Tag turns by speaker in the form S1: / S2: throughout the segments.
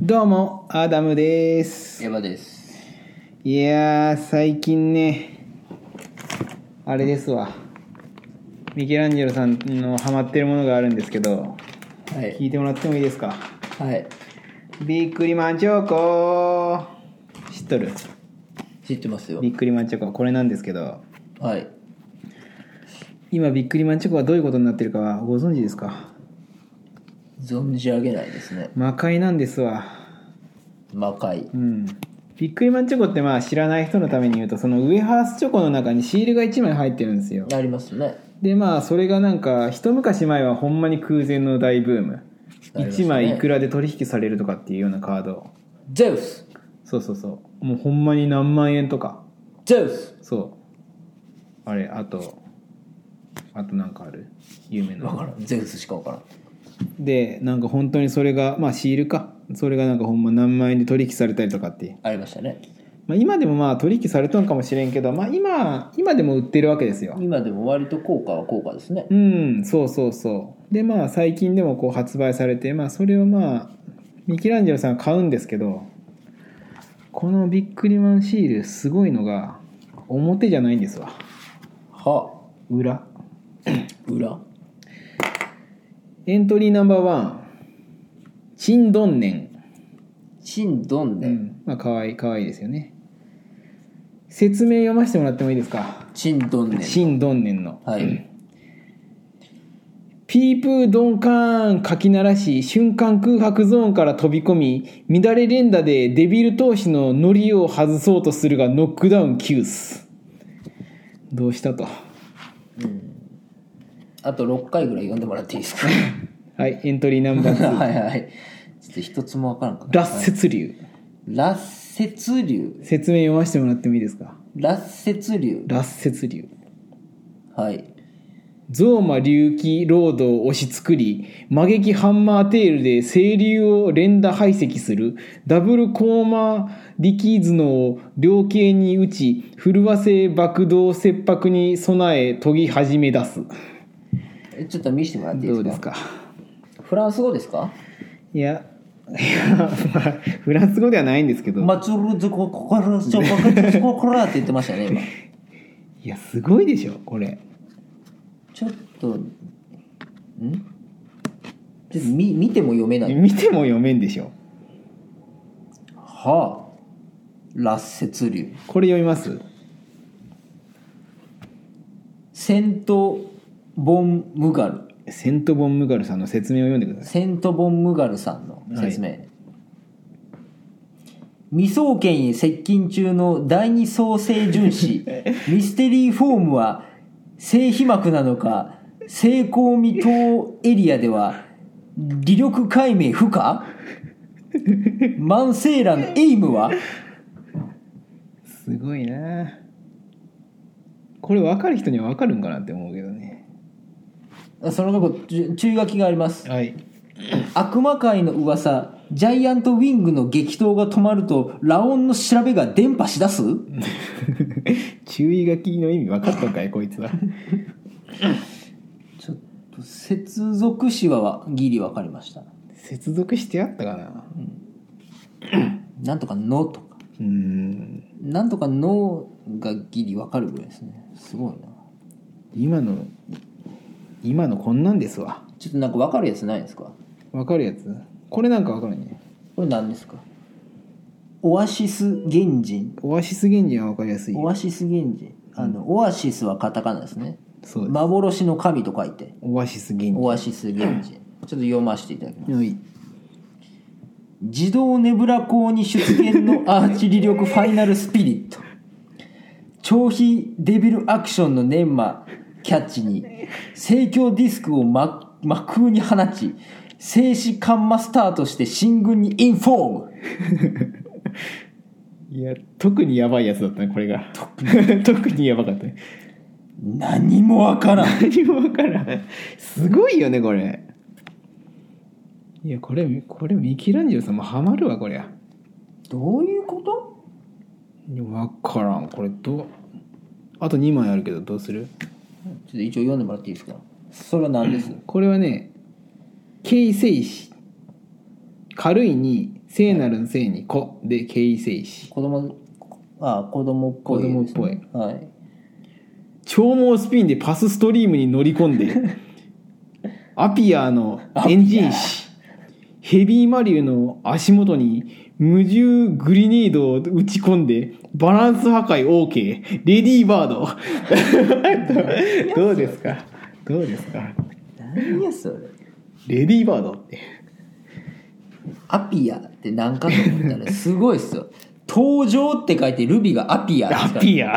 S1: どうもアダムです
S2: エヴァです
S1: いやー最近ねあれですわミケランジェロさんのハマってるものがあるんですけど
S2: は
S1: 聞いてもらってもいいですか
S2: はい
S1: びっくりマンチョコ知っとる
S2: 知ってますよ
S1: びっくりマンチョコこれなんですけど
S2: はい
S1: 今びっくりマンチョコがどういうことになってるかはご存知ですか
S2: 存じ上げないですね
S1: 魔界なんですわ
S2: 魔界
S1: うんビックリマンチョコってまあ知らない人のために言うとそのウエハースチョコの中にシールが1枚入ってるんですよ
S2: ありますね
S1: でまあそれがなんか一昔前はほんまに空前の大ブーム、
S2: ありました
S1: 1
S2: ね
S1: 枚いくらで取引されるとかっていうようなカード
S2: ゼウス
S1: そうそうそうもうほんまに何万円とか
S2: ゼウス
S1: そうあれあとあとなんかある有名
S2: 分
S1: な
S2: からんゼウスしか分からん
S1: でなんか本当にそれがまあシールかそれがなんかほんま何万円で取引されたりとかって
S2: ありましたね
S1: まあ、今でもまあ取引されたのかもしれんけど、まあ、今今でも売ってるわけですよ
S2: 今でも割と効果は効果ですね
S1: うんそうそうそうでまあ最近でもこう発売されて、まあ、それをまあミキランジェロさん買うんですけどこのビックリマンシールすごいのが表じゃないんですわ
S2: は
S1: 裏
S2: 裏
S1: エントリーナンバーワンチンドンネン
S2: チンドン
S1: う
S2: ネン
S1: んまあかわいいかわいいですよね説明読ませてもらってもいいですか
S2: チンドンネン
S1: チンドンネンの
S2: はい
S1: ピープードンカーンかき鳴らし瞬間空白ゾーンから飛び込み乱れ連打でデビル投手のノリを外そうとするがノックダウンキュースどうしたと
S2: あと6回ぐらい読んでもらっていいですか
S1: はいエントリーナンバー
S2: はいはいちょっと一つも分からんかな
S1: 脱節流
S2: ラッセツ流
S1: 説明読ませてもらってもいいですか
S2: ラッセツ流
S1: 脱節流
S2: はい
S1: ゾーマ隆起ロードを押し作り魔撃ハンマーテールで清流を連打排斥するダブルコーマ力頭脳を両形に打ち震わせ爆動切迫に備え研ぎ始め出す
S2: えちょっと見せてもらっていい
S1: ど
S2: で
S1: う
S2: す
S1: で
S2: か
S1: すか
S2: フランス語ですか
S1: いや いや、まあ、フランス語ではないんですけど、
S2: マチュルズコココラチョココチョココラって言ってましたね今
S1: いやすごいでしょこれ
S2: ちょっとんちょっと見見ても読めない
S1: 見ても読めんでしょ
S2: はあラッセツ流
S1: これ読みます
S2: セント・ボン・ムガル
S1: セント・ボン・ムガルさんの説明を読んでください
S2: セント・ボン・ムガルさんの説明、未送検へ接近中の第二創生巡視ミステリーフォームは性被膜なのか性光未踏エリアでは履力解明不可マンセーラのエイムは
S1: すごいなこれ分かる人には分かるんかなって思うけどね
S2: あそのとこ注注意書きがあります
S1: はい
S2: 悪魔界の噂ジャイアントウィングの激闘が止まるとラオンの調べが伝播しだす
S1: 注意書きの意味分かったんかいこいつは
S2: ちょっと接続詞はわギリ分かりました
S1: 接続してあったかな
S2: なんとか「の」とか
S1: うーん
S2: 「なんとかの」がギリ分かるぐらいですねすごいな
S1: 今の今のこんなんですわ
S2: ちょっとなんか分かるやつないですか
S1: 分かるやつこれなんか分かるね
S2: これ何ですかオアシス原人
S1: オアシス原人は分かりやすい
S2: オアシス原人あの、オアシスはカタカナですね
S1: そうです
S2: 幻の神と書いて
S1: オアシス原人
S2: オアシス原人ちょっと読ませていただきます
S1: はい
S2: 自動ネブラ校に出 現のアーチリ力ファイナルスピリット超飛デビルアクションの粘膜キャッチに聖教ディスクをま真空に放ち静止カンマスターとして進軍にインフォーム
S1: いや特にやばいやつだったねこれが 特にやばかったね
S2: 何もわからん
S1: 何も分からんすごいよねこれいやこれこれミキランジェロさんもハマるわこりゃ
S2: どういうこと
S1: 分からんこれどうあと2枚あるけどどうする
S2: ちょっと一応読んでもらっていいですかそれは何です
S1: これはね「形成詞軽いに聖なる聖に子で敬意聖子
S2: 子供あ子供っぽいです、ね、
S1: 子供っ
S2: ぽいはい
S1: 長毛スピンでパスストリームに乗り込ん でアピアのエンジン誌ヘビーマリューの足元に無重グリネードを打ち込んでバランス破壊 OK レディーバードどうですかどうですか
S2: 何やそれ
S1: レディーバードって
S2: アピアって何かと思ったらすごいっすよ登場って書いてルビがアピア
S1: アピア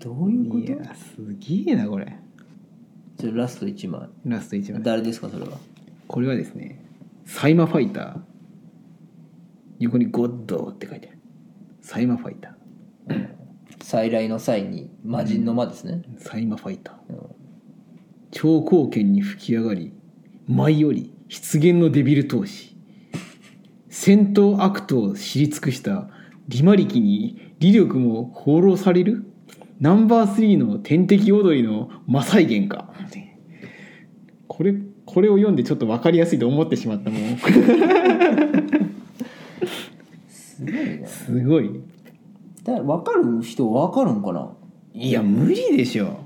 S2: どういうこ
S1: いやすげえなこれ
S2: とちょラスト1枚
S1: ラスト1枚
S2: 誰ですかそれは
S1: これはですねサイマファイター横にゴッドって書いてあるサイマファイター
S2: 再来の際に魔人の魔ですね、
S1: サイマファイター
S2: うん
S1: 超高圏に吹き上がり舞より湿原のデビル闘士戦闘悪党を知り尽くした利魔力に利力も放浪されるナンバー3の天敵踊りの魔再現かこれこれを読んでちょっと分かりやすいと思ってしまったもん
S2: すごいね
S1: すごい
S2: だ分かる人分かるんかない
S1: や無理でしょ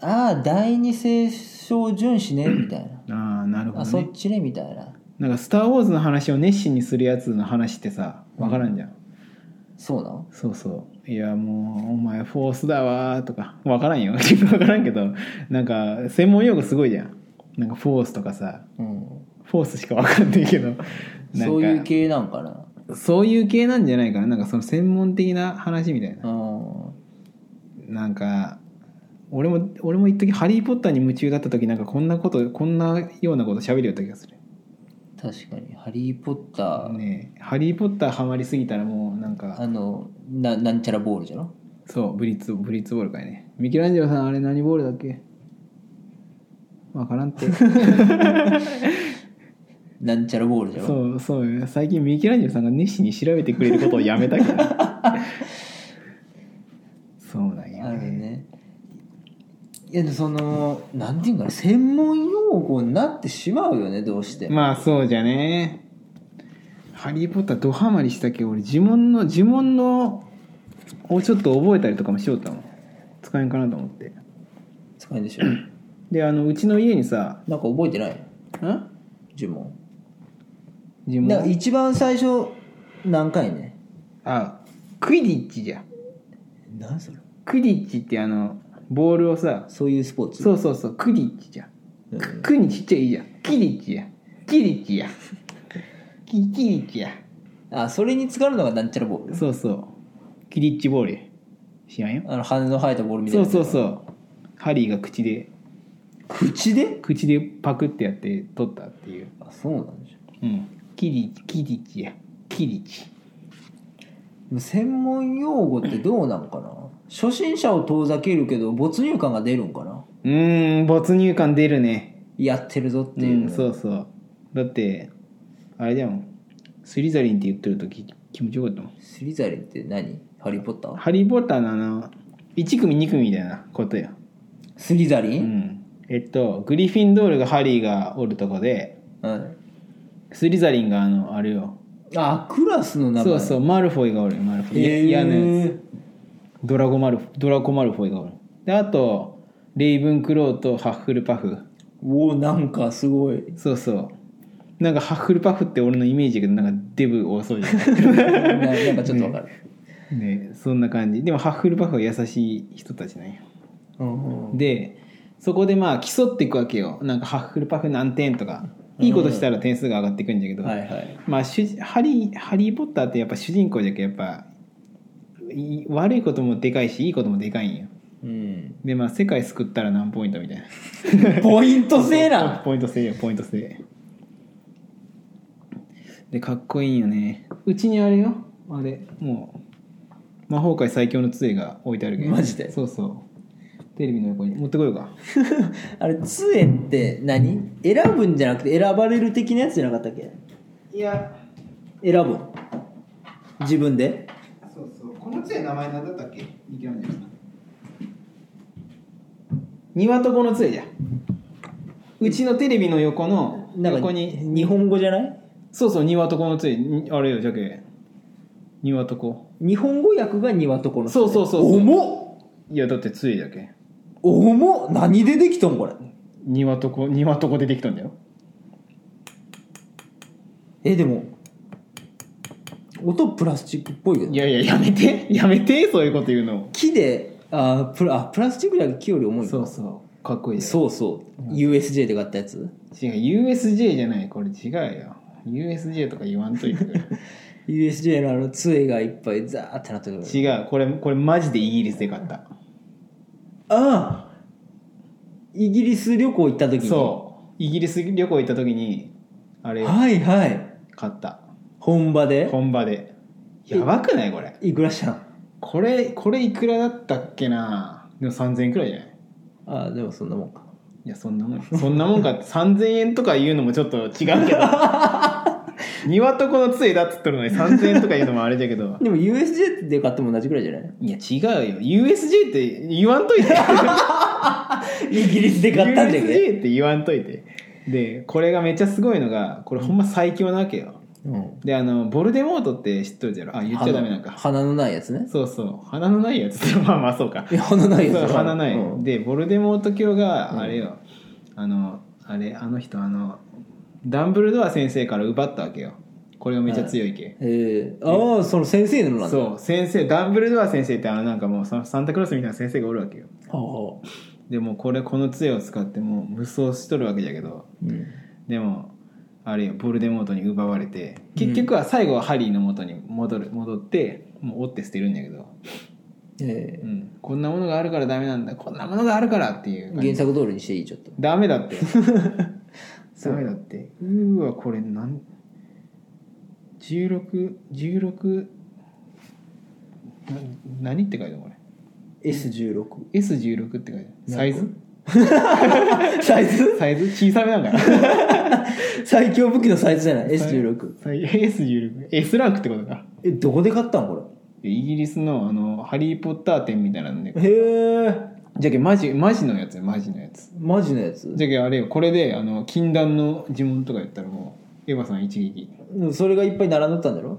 S2: ああ第二聖書順子ねみたいな
S1: ああなるほ
S2: あ
S1: ど
S2: そ
S1: ね
S2: っちねみたいな
S1: なんか「スター・ウォーズ」の話を熱心にするやつの話ってさ分からんじゃん
S2: そうなの
S1: そうそういやもう「お前フォースだわ」とか分からんよ 分からんけどなんか専門用語すごいじゃんなんかフォースとかさ
S2: うん
S1: フォースしか分かんないけどなんか
S2: そういう系なんかな
S1: そういう系なんじゃないかななんかその専門的な話みたいな
S2: うん
S1: なんか俺も俺も一時ハリー・ポッター」に夢中だった時なんかこんなことこんなようなこと喋るよった気がする
S2: 確かに「ハリー・ポッター」
S1: ねえハリー・ポッター」ハマりすぎたらもうなんか
S2: あのななんちゃらボールじゃろ
S1: そうブリッツブリッツボールかいねミケランジェロさんあれ何ボールだっけわからんって
S2: なんちゃらボールじゃろ
S1: そうそうよ最近ミケランジェロさんが熱心に調べてくれることをやめた からそうなんや
S2: あれねいやでもそのなんていうんかな専門用語になってしまうよねどうして、
S1: まあそうじゃねハリー・ポッタードハマりしたけど俺呪文の呪文のをちょっと覚えたりとかもしよったもん使えんかなと思って
S2: 使えんでしょな
S1: であのうちの家にさ
S2: んか覚えてない
S1: ん
S2: 呪文
S1: 呪
S2: だから
S1: 文
S2: 一番最初何回ね
S1: あクイディッチじゃん
S2: 何それ
S1: クディッチってあのボールをさ
S2: そういうスポーツ
S1: そうそうそうクディッチじゃん
S2: うん
S1: ククにちっちゃいいじゃんキディッチやキディッチやキキディッチや
S2: あそれに使うのがなんちゃらボール
S1: そうそうキディッチボールや知らんよ
S2: あの羽の生えたボールみたい
S1: そう
S2: な
S1: そうそうハリーが口で
S2: 口で
S1: 口でパクってやって取ったっていう
S2: あそうなんでしょ
S1: うんキディッチキディッチやキディッチ
S2: でも専門用語ってどうなんかな初心者を遠ざけるけど没入感が出るんかな
S1: うーん没入感出るね
S2: やってるぞって
S1: う
S2: いう、
S1: んそうそうだってあれだもんスリザリンって言ってる時気持ちよかったもん
S2: スリザリンって何ハリー・ポッター
S1: ハリー・ポッターのあの1組2組みたいなことよ、
S2: スリザリ
S1: う
S2: ン、
S1: ん、えっとグリフィンドールがハリーがおるとこで
S2: うん、
S1: スリザリンがあのあれよ
S2: あクラスの名
S1: そ
S2: 前
S1: うそうマルフォイがおるよマルフォイ
S2: へ
S1: いや嫌なやつ
S2: え
S1: ドラゴマルフドラコマルフォイがおるであとレイブンクローとハッフルパフ
S2: おーなんかすごい
S1: そうそうなんかハッフルパフって俺のイメージだけどなんかデブ多そうじゃ
S2: ななんかちょっとわかる、
S1: んねそんな感じでもハッフルパフは優しい人たちなんよ
S2: うんうん
S1: でそこでまあ競っていくわけよなんかハッフルパフ何点とかいいことしたら点数が上がっていくんだけど、
S2: はいはい
S1: まあ、主人ハリーハリー・ポッターってやっぱ主人公じゃけやっぱい悪いこともでかいしいいこともでかいんよ
S2: うん、
S1: でまあ世界救ったら何ポイントみたいな
S2: ポイント制な
S1: ポイント制よポイント制でかっこいいよねうちにあれよあれもう魔法界最強の杖が置いてあるけど
S2: マジで
S1: そうそうテレビの横に持ってこようか
S2: あれ杖って何選ぶんじゃなくて選ばれる的なやつじゃなかったっけ
S1: いや
S2: 選ぶん自分で
S1: そうそうこの杖名前何だったっけいけないんじゃないかな庭とこの杖じゃうちのテレビの横の
S2: なんか
S1: 横に
S2: 日本語じゃない
S1: そうそう庭床のついにあれよじゃけ庭床
S2: 日本語訳が庭とこの
S1: そうそうそうそう
S2: 重っ
S1: いやだってついじゃけ
S2: 重っ何でできとんこれ
S1: 庭床庭床出てきたんだよ
S2: えでも音プラスチックっぽいけど
S1: いやいややめて やめてそういうこと言うの
S2: 木であプラあプラスチックだけ木より重いの
S1: そうそうかっこいいよ
S2: そうそう、USJ で買ったやつ
S1: 違う USJ じゃないこれ違うよ USJ とか言わんといてくれ
S2: USJ のあの杖がいっぱいザーってなってる
S1: 違うこれこれマジでイギリスで買った
S2: ああイギリス旅行行った時に
S1: そうイギリス旅行行った時にあれ
S2: はいはい
S1: 買った
S2: 本場で
S1: 本場でやばくないこれ
S2: いくらしたの
S1: これこれいくらだったっけなでも3000円くらいじゃない
S2: ああでもそんなもんか
S1: いやそんなもんそんなもんか って3000円とか言うのもちょっと違うけど庭とこの杖だっつっとるのに3000円とか言うのもあれだけど
S2: でも USJ で買っても同じくらいじ ゃない
S1: いや違うよ USJ って言わんといて
S2: イギリスで買ったんだけど、
S1: USJ って言わんといてでこれがめっちゃすごいのがこれほんま最強なわけよ
S2: うん、
S1: であのボルデモートって知っとるじゃろあ言っちゃダメなんか
S2: 鼻のないやつね
S1: そうそう鼻のないやつ まあまあそうか
S2: いや鼻ないやつ
S1: そう鼻ない、
S2: うん
S1: でボルデモート教があれよ、あのあれあの人あのダンブルドア先生から奪ったわけよこれがめっちゃ強いけ、
S2: ええああその先生のなんだ
S1: そう先生ダンブルドア先生ってあのなんかもうササンタクロースみたいな先生がおるわけよ
S2: はあはあ
S1: でもうこれこの杖を使ってもう無双しとるわけじゃけど
S2: うん
S1: でもあれよボルデモートに奪われて結局は最後はハリーの元に戻る戻ってもう折って捨てるんだけど、
S2: え
S1: うん、こんなものがあるからダメなんだこんなものがあるからっていう
S2: え
S1: 感じ
S2: 原作通りにしていいちょっと
S1: ダメだってダメだってうーわこれなん1616な何って書いてあるのこ
S2: S16
S1: れ S16 って書いてあるサイズ
S2: サイズ
S1: サイズ小さめなんかな
S2: 最強武器のサイズじゃない S16
S1: サイ S16S ランクってことか
S2: えどこで買ったんこ
S1: イギリスのあのハリー・ポッター店みたいなので
S2: れへえ
S1: じゃけマジマジのやつよマジのやつ
S2: マジのやつ
S1: じゃけあれよこれであの禁断の呪文とか言ったらもうエヴァさん一撃
S2: それがいっぱい並んどったんだろ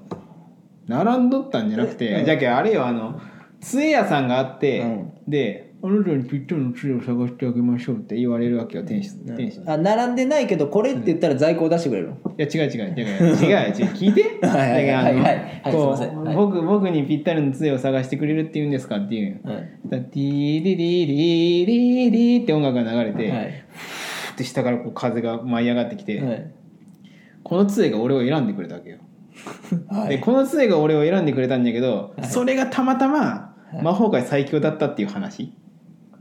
S1: 並んどったんじゃなく
S2: う
S1: て
S2: ん
S1: じゃけあれよあの杖屋さんがあって、
S2: うん
S1: で「あなたにぴったりの杖を探してあげましょう」って言われるわけよ店主店主い
S2: あ並んでないけどこれって言ったら在庫を出してくれるの
S1: や違う違う違う違う違 う聞いてだ
S2: はいはいはいはいはい
S1: けどあの
S2: すいません
S1: こ
S2: は
S1: う
S2: い
S1: 僕僕にぴったりの杖を探してくれるって言うんですかって言うんよ
S2: はい
S1: だディーディディディディディって音楽が流れて、
S2: はい
S1: ふって下からこう風が舞い上がってきて、
S2: はい
S1: この杖が俺を選んでくれたわけよ
S2: は
S1: で
S2: い
S1: この杖が俺を選んでくれたんだけど、
S2: はい
S1: それがたまたま魔法界最強だったっていう話、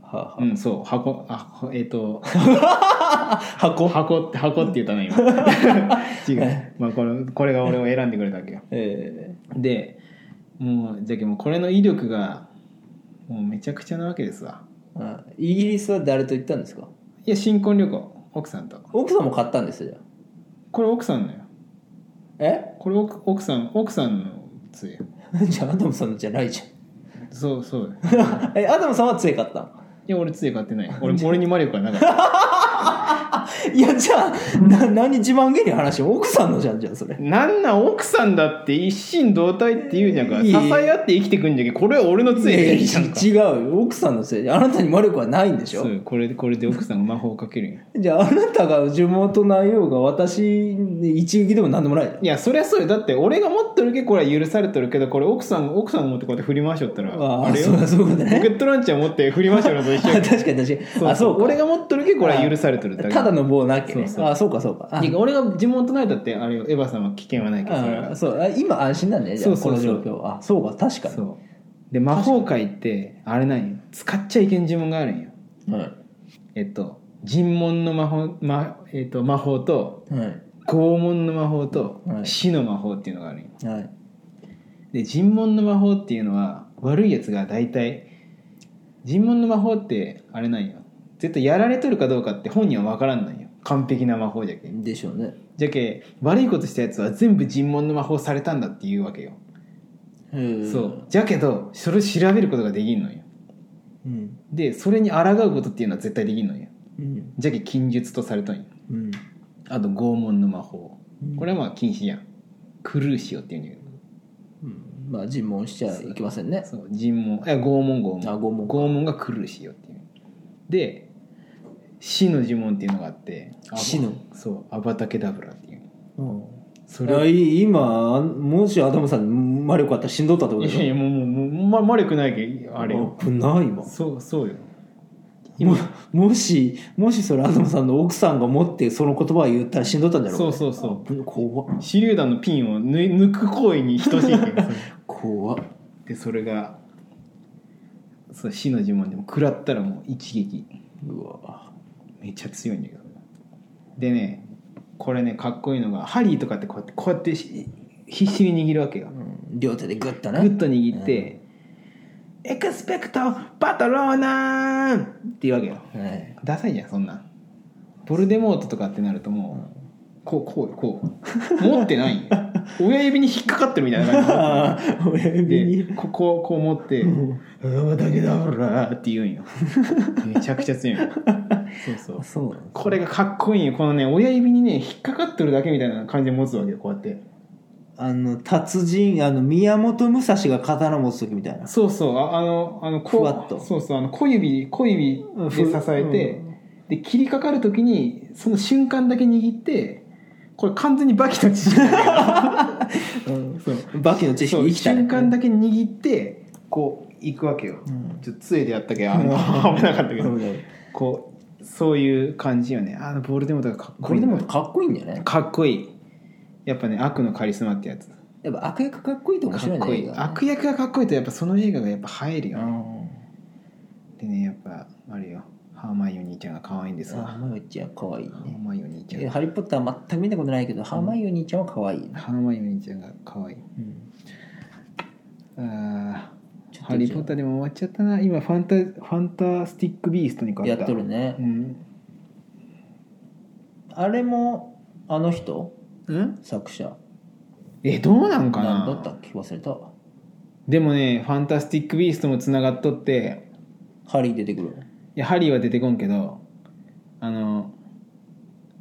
S2: は
S1: うんそう箱あほえっ、と
S2: あ箱
S1: 箱って箱って言ったの 今違
S2: は
S1: う、まあ、これこれが俺を選んでくれたわけよ
S2: え
S1: でもうじゃけもうこれの威力がもうめちゃくちゃなわけですわ
S2: えあイギリスは誰と行ったんですか
S1: いや新婚旅行奥さんと
S2: 奥さんも買ったんですよじゃあ
S1: これ奥さんのよ
S2: え
S1: これ奥奥さん奥さんの杖
S2: じゃあアダムさんのじゃないじ
S1: そうそう
S2: ゃん えアダムさんは杖買ったの
S1: いや俺杖買ってない 俺俺に魔力はなかった
S2: いやじゃあな何自慢げに話奥さんのじゃんじゃあそれ
S1: なんなん奥さんだって一心同体って言うじゃんか
S2: い
S1: 支
S2: やいや
S1: え合って生きてくんじゃけこれは俺の杖でいいじゃんか
S2: いや違うよ奥さんのせいであなたに魔力はないんでしょ
S1: そうこれでこれで奥さんが魔法をかけるんや
S2: じゃああなたが呪文と内容が私に一撃でも何でもないじゃん
S1: いやそりゃそうよだって俺が持ってるけこれは許されてるけどこれ奥さんが奥さんが持ってこうやって振り回しよったら
S2: あ
S1: あ
S2: あ
S1: れよ
S2: そう
S1: ポ
S2: だそういうこと
S1: ケ
S2: ね
S1: ットランチャー持って振り回しよるのと一
S2: あ
S1: 緒や
S2: 確かに確かにあそうか
S1: 俺が持ってるけこれは許されてるだけ
S2: ただの棒なわけね
S1: そうそう
S2: あそうかそうかあ
S1: いや俺が呪文唱えたってあれよエヴァさんは危険はないけどそれは
S2: あそうあ今安心なんだねじゃあ
S1: そ
S2: こ
S1: う
S2: の
S1: そうそ
S2: 状
S1: う
S2: 況あそうか確かに
S1: そうで魔法界ってあれなんよ使っちゃいけん呪文があるんよ
S2: はい
S1: えっと尋問の魔法,、まえっと、魔法と
S2: はい
S1: 拷問の魔法と
S2: はい
S1: 死の魔法っていうのがあるんよ
S2: はい
S1: で尋問の魔法っていうのは悪いやつが大体尋問の魔法ってあれなんよ絶対やられとるかどうかって本人は分からんないよ完璧な魔法じゃけ
S2: でしょうね
S1: じゃけ悪いことしたやつは全部尋問の魔法されたんだっていうわけよ、
S2: うん
S1: そうじゃけどそれを調べることができんのよ
S2: うん
S1: でそれに抗うことっていうのは絶対できんのよ
S2: うん
S1: じゃけ禁術とされとんや
S2: うん
S1: あと拷問の魔法
S2: うん
S1: これはまあ禁止やんクルーシオっていうんやけど
S2: うんまあ尋問しちゃいけませんね
S1: そう尋問え拷問拷問
S2: あ拷問か
S1: 拷問がクルーシオっていうで死の呪文っていうのがあってあ
S2: 死の
S1: そうアバタケダブラっていう
S2: うん
S1: そ
S2: いやい今あんもしアダムさん魔力あったら死んどったってこと
S1: いやいやもうもうもうま魔力ないけあれよ
S2: 危ない今
S1: そうそうよ
S2: ももしもしそれアダムさんの奥さんが持ってその言葉を言ったら死んどったんだろ
S1: そうそうそう
S2: う怖っ
S1: 手榴弾のピンを抜い抜く行為に等しいけど それ
S2: 怖っ
S1: でそれがそう死の呪文でも食らったらもう一撃
S2: うわ
S1: めっちゃ強いんだけどでねこれねかっこいいのがハリーとかってこうやってこうやってし必死に握るわけよ
S2: うん両手でグッとね
S1: グッと握って「エクスペクトパトローナー!」って言うわけよ
S2: はい
S1: ダサいじゃんそんなんボルデモートとかってなるともうこうこうよこう持ってないんよ親指に引っかかってるみたいな感
S2: ああ親
S1: じ
S2: 指
S1: で
S2: に
S1: でここをこう持って「うわだけだほら」って言うんよめちゃくちゃ強いよそうそう
S2: あそうなん
S1: これがかっこいいんよこのね親指にね引っかかってるだけみたいな感じで持つわけよこうやって
S2: あの達人あの宮本武蔵が刀持つ時みたいな
S1: そうそうああのあのこ
S2: ふ
S1: う
S2: わっと
S1: そうそうあの小指小指で支えて、で切りかかるときにその瞬間だけ握ってこれ完全にバキの知識 だ
S2: うんうん
S1: けどそう
S2: バキの知
S1: そう
S2: 識生きたね
S1: 瞬間だけ握ってこう行くわけよ、
S2: うん
S1: ちょっと杖でやったけどあの 危なかったけ
S2: う
S1: ど
S2: ん
S1: こうそういう感じよねあのボルデモートがかっ
S2: こ
S1: こいい
S2: れで
S1: な
S2: もかっこいいんだよね
S1: かっこいいやっぱね悪のカリスマってやつか
S2: やっぱ悪役かっこいいと面白い
S1: っ
S2: ね
S1: こいい
S2: 映画ね
S1: 悪役がかっこいいとやっぱその映画がやっぱ映えるよ
S2: う
S1: ね、で
S2: ん
S1: ねやっぱあれよハーマイオニーちゃんが可愛いんですわ
S2: ハーマイオニーちゃん可愛い
S1: ハー
S2: ね。
S1: マイオニーちゃ
S2: え
S1: ん
S2: ハリー・ポッター全く見たことないけど、ハーマイオニーちゃんは可愛いね。
S1: ハーマイオニーちゃんが可愛いあー
S2: ちょっと
S1: ハリー・ポッターでも終わっちゃったな今ファンタファンタスティック・ビーストに変わ
S2: や
S1: った
S2: っとる
S1: う
S2: ね。
S1: ん、
S2: あれもあの人
S1: うん、
S2: 作者。
S1: えどうなんか
S2: 何だ
S1: な
S2: ったっけ忘れた。
S1: でもねファンタスティック・ビーストもつながっとって
S2: ハリー出てくる。
S1: いやハリーは出てこんけどあの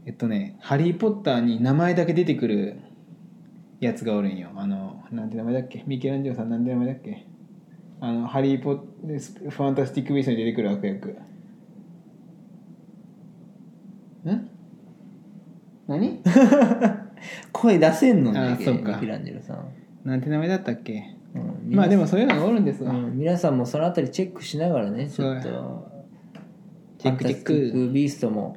S1: えっとね「ハリー・ポッター」に名前だけ出てくるやつがおるんよあのなんて名前だっけミケランジェロさんなんて名前だっけあのハリー・ポッスファンタスティック・ビーストに出てくる悪役ん何
S2: 声出せんの
S1: あ
S2: ね、
S1: そうか
S2: ミキランジェルさん。
S1: なんて名前だったっけ
S2: うん
S1: まあで、も
S2: 皆さ
S1: そういうのがおるんです
S2: ん
S1: わ、
S2: うん皆さんもそのあたりチェックしながらね、ちょっ
S1: そう
S2: と。
S1: チェックチェック
S2: ファンタスティックビーストも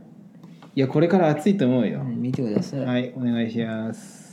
S1: いやこれから暑いと思うよ、
S2: うん見てください。
S1: はいお願いします